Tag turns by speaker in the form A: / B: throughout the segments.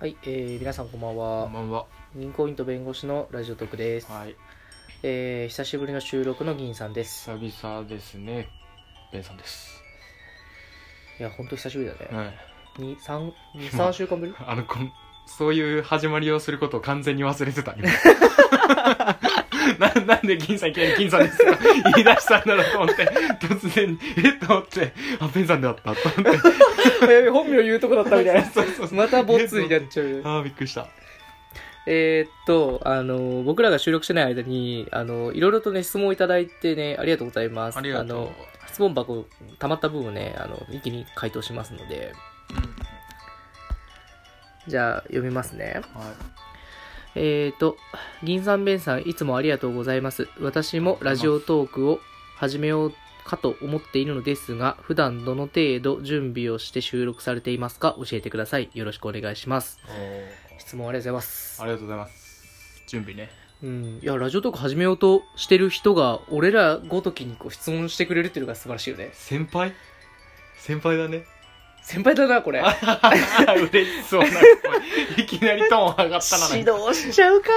A: はい、えー、皆さんこんばん
B: こ
A: は
B: ん。ばんは。
A: 銀行員と弁護士のラジオトークです。
B: はい。
A: えー、久しぶりの収録の銀さんです。
B: 久々ですね。ベンさんです。
A: いや、ほんと久しぶりだね。
B: はい。
A: 二三二三週間ぶり
B: あの、こん、そういう始まりをすることを完全に忘れ てた。今ななんで銀さんいきなり銀さんです か言い出したんだろうと思って、突然、えっと思って、あ、ベンさんだったと思って。
A: やべ、本名言うとこだったみたいな。
B: そうそうそう。
A: またボツになっちゃうよね。
B: あーびっくりした。
A: えーっと、あの、僕らが収録してない間に、あの、いろいろとね、質問をいただいてね、ありがとうございます。の、質問箱、溜まった分をね、あの、一気に回答しますので、じゃあ、読みますね。
B: はい。
A: えーと、銀さんべんさん、いつもありがとうございます。私もラジオトークを始めようかと思っているのですが、普段どの程度準備をして収録されていますか教えてください。よろしくお願いします。質問ありがとうございます。
B: ありがとうございます。準備ね。
A: うん。いや、ラジオトーク始めようとしてる人が、俺らごときにこう質問してくれるっていうのが素晴らしいよね。
B: 先輩先輩だね。
A: 先輩だな、これ。
B: 嬉しそうな声いきなりトーン上がったななん
A: 指
B: か
A: 導しちゃうか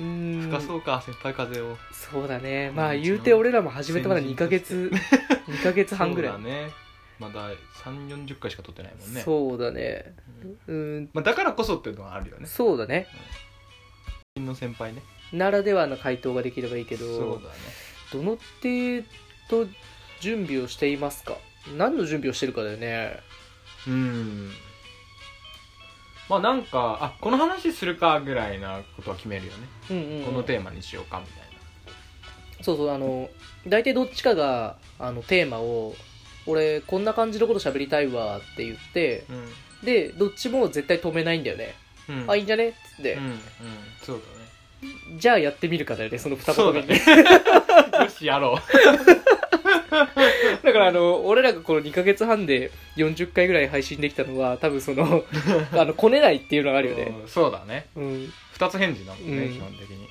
A: うん
B: 深そうか先輩風を
A: そうだねまあ
B: うん
A: 言うて俺らも始めてまだ2ヶ月2ヶ月半ぐらい
B: そうだねまだ3 4 0回しか撮ってないもんね
A: そうだね
B: うん
A: うーん
B: まあ、だからこそっていうのはあるよね
A: そうだね
B: 新の先輩ね
A: ならではの回答ができればいいけど
B: そうだね
A: どの程度準備をしていますか何の準備をしてるかだよね
B: うんまあなんかあこの話するかぐらいなことは決めるよね、
A: うんうんうん、
B: このテーマにしようかみたい
A: そうそうあの大体どっちかがあのテーマを俺こんな感じのこと喋りたいわって言って
B: な
A: でどっちも絶対止めないんだよね、
B: うん、うん、
A: あいいんじゃねっつっ
B: う
A: て
B: ん、うん、そう
A: じゃあやってみるかだよねその
B: だね
A: 二
B: そ
A: 言
B: う
A: 目に
B: だね よしやろ
A: だからあの俺らがこの2ヶ月半で40回ぐらい配信できたのは多分そ のあのこねないっていうのが
B: う
A: あるよね、
B: うんそうだね
A: うん、
B: 二つ返事なのね、
A: うん
B: 基本的に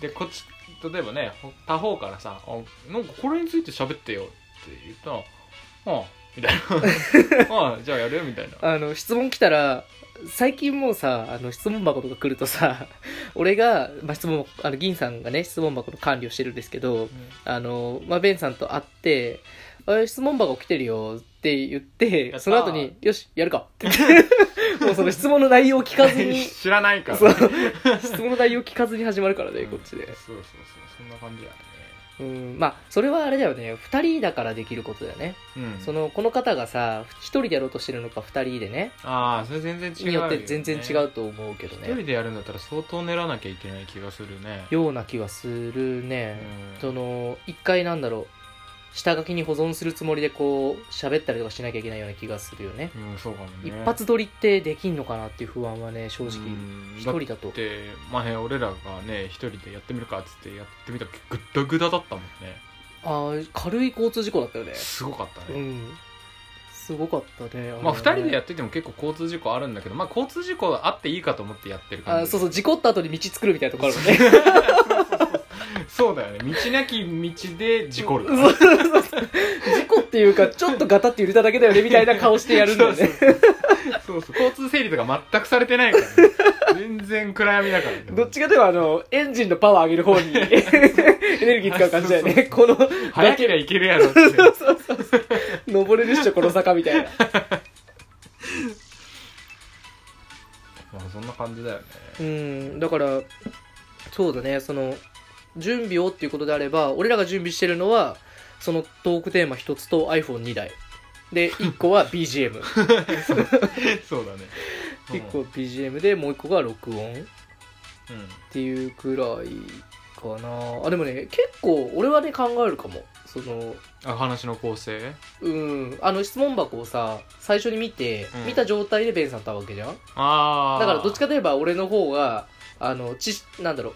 B: でこっち例えばねほ他方からさ「あなんかこれについて喋ってよ」って言ったら「ああ」みたい な「ああじゃあやるよ」みたいな
A: あの質問来たら最近もうさあの質問箱とか来るとさ 俺が、まあ、質問あの銀さんがね質問箱の管理をしてるんですけどあの、まあ、ベンさんと会って「あ質問箱来てるよ」って言って
B: やったー
A: その後に「よしやるか」 って言ってもうその質問の内容を聞かず に
B: 知らないから
A: そ
B: そううそ う
A: 質問の内容を聞かずに始まるからねこっちで
B: そうそうそんな感じだね
A: うんまあそれはあれだよね2人だからできることだよね、
B: うん
A: そのこの方がさ1人でやろうとしてるのか2人でね
B: ああそれ全然違う
A: によ
B: よ
A: っ
B: ね、
A: て全然違うと思うけど
B: 一
A: ね
B: 人でやるんだったら相当練らなきゃいけない気がするね
A: ような気はする
B: う
A: ね、
B: ん
A: その一回なんだろう下書きに保存するつもりでこう喋ったりとかしなきゃいけないような気がするよね
B: うんそうかもね
A: 一発撮りってできんのかなっていう不安はね正直
B: うん
A: 一人だと
B: だって前俺らがね一人でやってみるかっつってやってみたらグッダグダだったもんね
A: あー軽い交通事故だったよね
B: すごかった
A: う
B: ね、
A: んすごかったねれはね
B: まあ、2人でやってても結構交通事故あるんだけど、まあ、交通事故あっていいかと思ってやってる感
A: あー
B: じ
A: そう
B: そ
A: そう事故った後に道作るみたいなとこあるもんね
B: うそうだよね道なき道で事故る
A: そうそうそう事故っていうかちょっとガタって揺れただけだよねみたいな顔してやるんだよね
B: そうそう交通整理とか全くされてないから、ね、全然暗闇だから、ね、
A: どっちかといえばあのエンジンのパワー上げる方にエネルギー使う感じだよねこの
B: 早ければいけるやろって
A: 登れるっしょこの坂みたいな
B: まあそんな感じだよね
A: うんだからそうだねその準備をっていうことであれば俺らが準備してるのはそのトークテーマ1つと iPhone2 台で1個は BGM1
B: そう だねうん
A: 個 BGM でもう1個が録音
B: うん
A: っていうくらいかなあでもね結構俺はね考えるかもその
B: あ話の構成
A: うんあの質問箱をさ最初に見て、
B: うん
A: 見た状態でベンさんと会うわけじゃん
B: ああ
A: だからどっちかといえば俺の方があのちなんだろう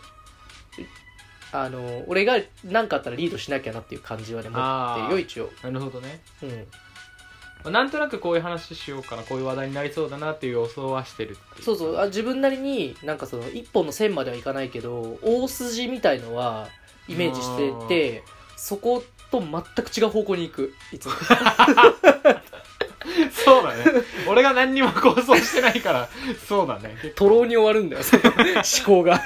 A: あの俺が何かあったらリードしなきゃなっていう感じはね持ってるよ
B: あー
A: 一応
B: なるほどね
A: うん
B: まあなんとなくこういう話しようかなこういう話題になりそうだなっていう予想はしてるってい
A: そうそうあ自分なりになんかその一本の線まではいかないけど大筋みたいのはイメージしてて そこと全く違う方向に行くいつも
B: そうだ俺が何にも構想してないからそうだね結構
A: とろうに終わるんだよその思考 が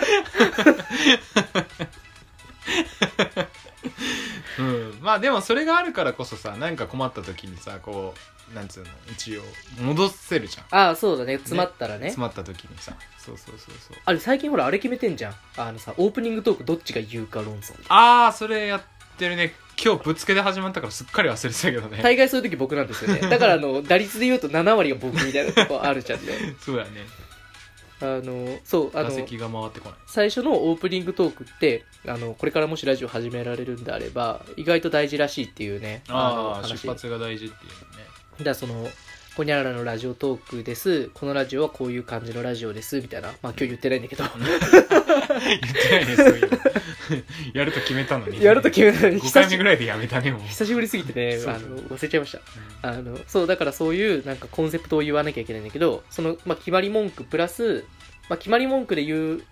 B: うん、まあでもそれがあるからこそさなんか困った時にさこうなんつうの一応戻せるじゃん
A: ああそうだね詰まったらね
B: 詰まった時にさそうそうそうそう
A: あれ最近ほらあれ決めてんじゃんあのさオープニングトークどっちが言うか論争
B: ああそれやってるね今日ぶっつけで始まったからすっかり忘れてたけどね、
A: 大概そういう時僕なんですよ ねだからあの打率で言うと7割が僕みたいなとこあるじゃんね
B: そうだね
A: あのそうあ
B: 打
A: の
B: 席が回ってこない
A: 最初のオープニングトークってあのこれからもしラジオ始められるんであれば意外と大事らしいっていうねの
B: ああー
A: 話
B: 出発が大事っていうね
A: だからその「ほにゃららのラジオトークですこのラジオはこういう感じのラジオです」みたいなまあ今日言ってないんだけど
B: 言ってないねそういうのやると決めたの に
A: やると決めたのに
B: 5回
A: 久
B: 目
A: し
B: ぐらいでやめたねもう、
A: 久しぶりすぎてね
B: そう
A: あの忘れちゃいましたあのそうだからそういうなんかコンセプトを言わなきゃいけないんだけどその、まあ、決まり文句プラス、まあ、決まり文句で言う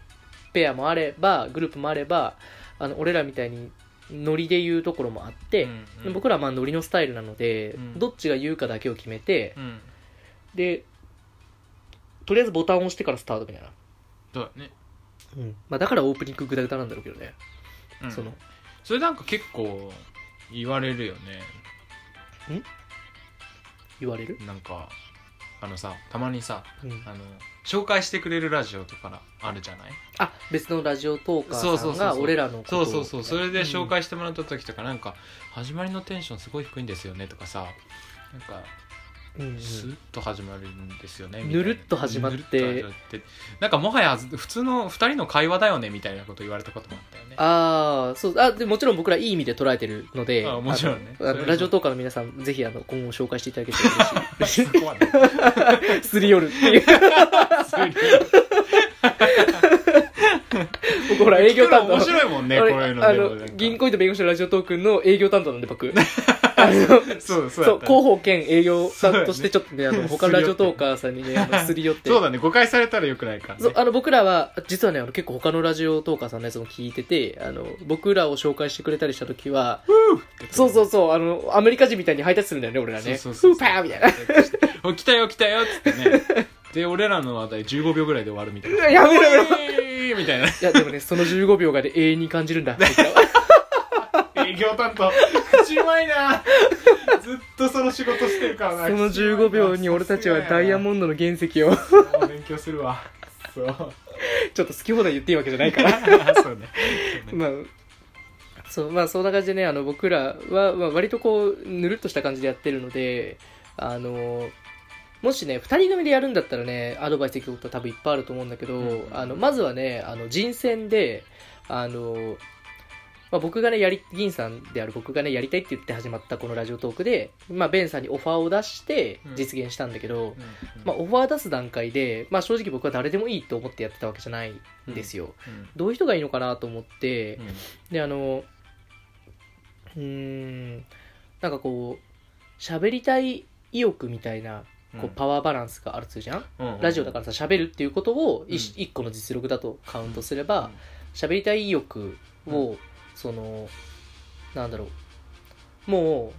A: ペアもあればグループもあればあの俺らみたいにノリで言うところもあって、
B: うん
A: で僕らはまあノリのスタイルなので、
B: うん
A: どっちが言うかだけを決めて
B: う、ん
A: でとりあえずボタンを押してからスタートみたいな、
B: そうだね、
A: まあ、だからオープニンググダグダなんだろうけどね、
B: うん
A: その
B: それなんか結構言われるよね
A: 言われる、
B: なんかあのさたまにさ
A: うん
B: あの紹介してくれるラジオとかあるじゃない
A: あ別のラジオトーカ
B: そう
A: ーさ
B: そうんそう
A: が
B: そう
A: 俺らのこと
B: そ
A: を
B: うそうそうそれで紹
A: ん
B: 介してもらった時とかなんか「始まりのテンションすごい低いんですよね」とかさなんか
A: うんうん
B: スーッと始まるんですよね
A: ぬるっと始まって
B: ぬるっと始まってなんかもはや普通の2人の会話だよねみたいなこと言われたこともあったよね
A: ああ、そう、あ、でもちろん僕らいい意味で捉えてるので、
B: あもちろんね
A: あのあのラジオトーカーの皆さん、ぜひ、あの、今後紹介していただけたら嬉し
B: そこはね
A: い。すり寄るっていう。僕ほら、 営業担当。
B: 面白いもんねこう
A: 俺
B: いう
A: あ
B: のでも
A: の
B: なんか
A: 銀行員と弁護士のラジオトークの営業担当なんで、僕。あの
B: そうそう
A: そ
B: だ
A: う、
B: っ
A: 広
B: た
A: 報兼営業さんとし
B: そうだね
A: て、ちょっとね、あの、他のラジオトーカーさんにね、あのすり寄って。
B: そうだね誤解されたらよくないからね
A: そうあの僕らは実はねあの結構他のラジオトーカーさんのやつも聞いててあの僕らを紹介してくれたりした時はそうそうそうあのアメリカ人みたいに配達するんだよね俺らね
B: そうそうそう
A: フーパーみたいな
B: お来たよ来たよっつってねで俺らの話題15秒ぐらいで終わるみたいな
A: やめろよ
B: えーみたいない
A: やでもねその15秒がで永遠に感じ るんだ僕らは
B: 営業担当口うまいなずっとその仕事してるからな
A: その15秒に俺たちはダイヤ
B: ン
A: モンドの原石を
B: ド勉強するわそう
A: ちょっと好き放題言っていいわけじゃないから
B: そうね
A: まあそうまあそんな感じでねあの僕らは、まあ、割とこうぬるっとした感じでやってるのであのもしね2人組でやるんだったらねアドバイスできることは多分いっぱいあると思うんだけど、
B: うんうん
A: あのまずはねあの人選であの、まあ、僕がねやり銀さんである僕がねやりたいって言って始まったこのラジオトークで、まあ、ベンさんにオファーを出して
B: うん
A: 実現したんだけど、
B: うん
A: まあ、オファー出す段階で、まあ、正直僕は誰でもいいと思ってやってたわけじゃないんですよ、
B: うん
A: どういう人がいいのかなと思って、
B: うん
A: であのうーんなんかこう喋りたい意欲みたいなこうパワーバランスがあるっつうじゃん、
B: うん
A: ラジオだからさ喋るっていうことを
B: うん
A: 1,、一個の実力だとカウントすれ
B: う
A: ば
B: ん
A: 喋りたい意欲を、そのなんだろうも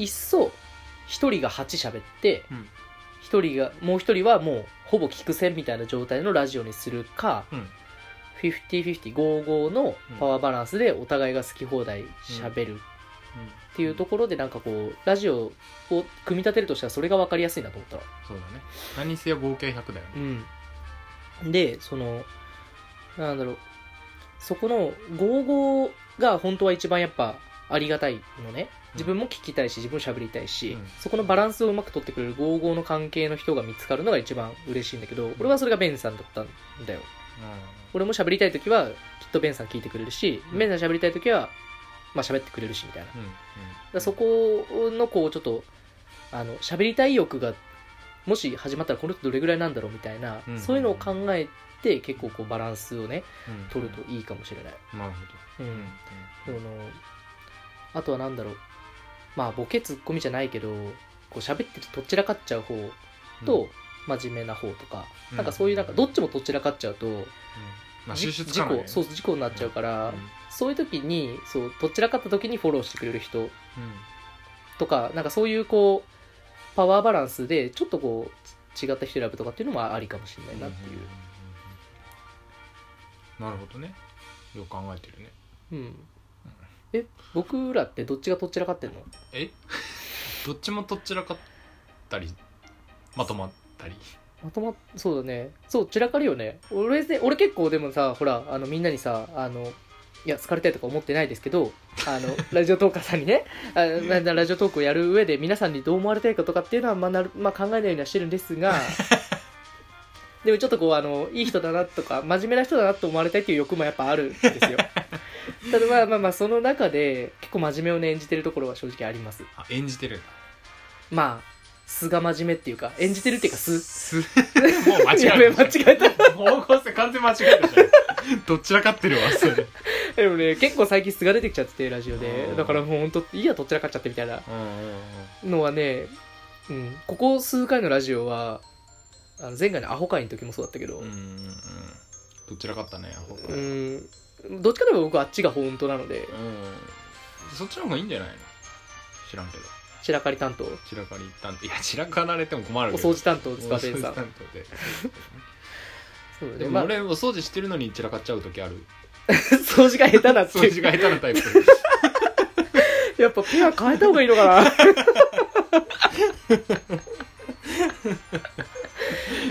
A: ういっそ1人が8喋って、
B: うん
A: 一人がもう1人はもうほぼ聞く線みたいな状態のラジオにするか、
B: うん
A: 505055のパワーバランスでお互いが好き放題喋る
B: うん
A: っていうところでなんかこうラジオを組み立てるとしたらそれが分かりやすいなと思ったの
B: そうだね何にせよ合計100だよね
A: うん、でそのなんだろうそこの55が本当は一番やっぱありがたいのね自分も聞きたいし自分も喋りたいし、
B: うん
A: そこのバランスをうまく取ってくれる55の関係の人が見つかるのが一番嬉しいんだけど俺はそれがベンさんだったんだよ俺も喋りたい時はきっとベンさん聞いてくれるし、
B: うん
A: ベンさん喋りたい時はまあ喋ってくれるしみたいなだか
B: うんうん
A: らそこのこうちょっとあの喋りたい欲がもし始まったらこの人どれぐらいなんだろうみたいな、
B: うん
A: そういうのを考えて結構こうバランスをね
B: うん
A: 取るといいかもしれない、
B: なるほ
A: う
B: どうん
A: んそのあとはなんだろうまあボケツッコミじゃないけどこう喋っててどちらかっちゃう方と、真面目な方とか、
B: うん
A: なんかそういうなんかどっちもどちらかっちゃうと、
B: まあ
A: じ
B: 収集
A: 事
B: つかないよ
A: 故
B: ね
A: そう事故になっちゃうから、そういう時にそうどちらかった時にフォローしてくれる人
B: うんうん
A: とかなんかそういうこうパワーバランスでちょっとこう違った人選ぶとかっていうのもありかもしれないなっていう、
B: なるほどねよく考えてるね
A: うんえ僕らってどっちがどちらかってんの
B: え どっちもどっちらかったりまとまったり
A: まとまっそうだねそう散らかるよね俺ね俺結構でもさほらあのみんなにさあのいや好かれたいとか思ってないですけどあ のラジオトーカーさんにねあななラジオトークをやる上で皆さんにどう思われたいかとかっていうのは、まあ、なるまあ考えないようにはしてるんです がでもちょっとこうあのいい人だなとか真面目な人だなと思われたいっていう欲もやっぱあるんです よただまあまあまあその中で結構真面目をね演じてるところは正直あります
B: あ演じてるんだ
A: まあ素が真面目っていうか演じてるっていうか素
B: す もう間違えた
A: やべえ間違えた
B: 方向性完全間違えたじゃん どっちらかってるわそれうん
A: でもね、結構最近素が出てきちゃってて、ラジオ
B: う
A: で
B: ん。
A: だからもう本当、いいや、どっちらかっちゃってみたいな
B: うん
A: のはね、うん、ここ数回のラジオは、あの前回のアホ会の時もそうだったけど、
B: うんうんう
A: うん
B: うんどっちらかったね方向うん
A: ん、どっちかといえば僕はあっちが本当なので、
B: そっちの方がいいんじゃないの知らんけど
A: 散らかり担当、
B: 散らかり一旦っていや散らかられても困る
A: お
B: けど
A: 掃除担当ですか、
B: お
A: ベンさん。
B: 担当で
A: そうだね
B: で
A: ま
B: も
A: あ、
B: 俺お掃除してるのに散らかっちゃう時ある
A: 掃除が下手なって
B: 掃
A: い
B: 除
A: う。
B: が下手なタイ プ
A: やっぱペア変えた方がいいのか な。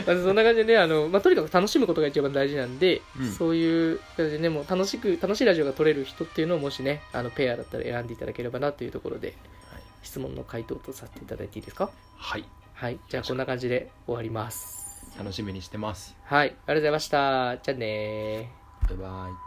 A: まずそんな感じでねあの、まあ、とにかく楽しむことが一番大事なんで、
B: うん
A: そういう感じでねもう楽しく楽しいラジオが撮れる人っていうのをもしねあのペアだったら選んでいただければなというところで、
B: はい
A: 質問の回答とさせていただいていいですか
B: はい
A: はいじゃあこんな感じで終わります
B: 楽しみにしてます
A: はいありがとうございましたじゃあねー
B: バイバイ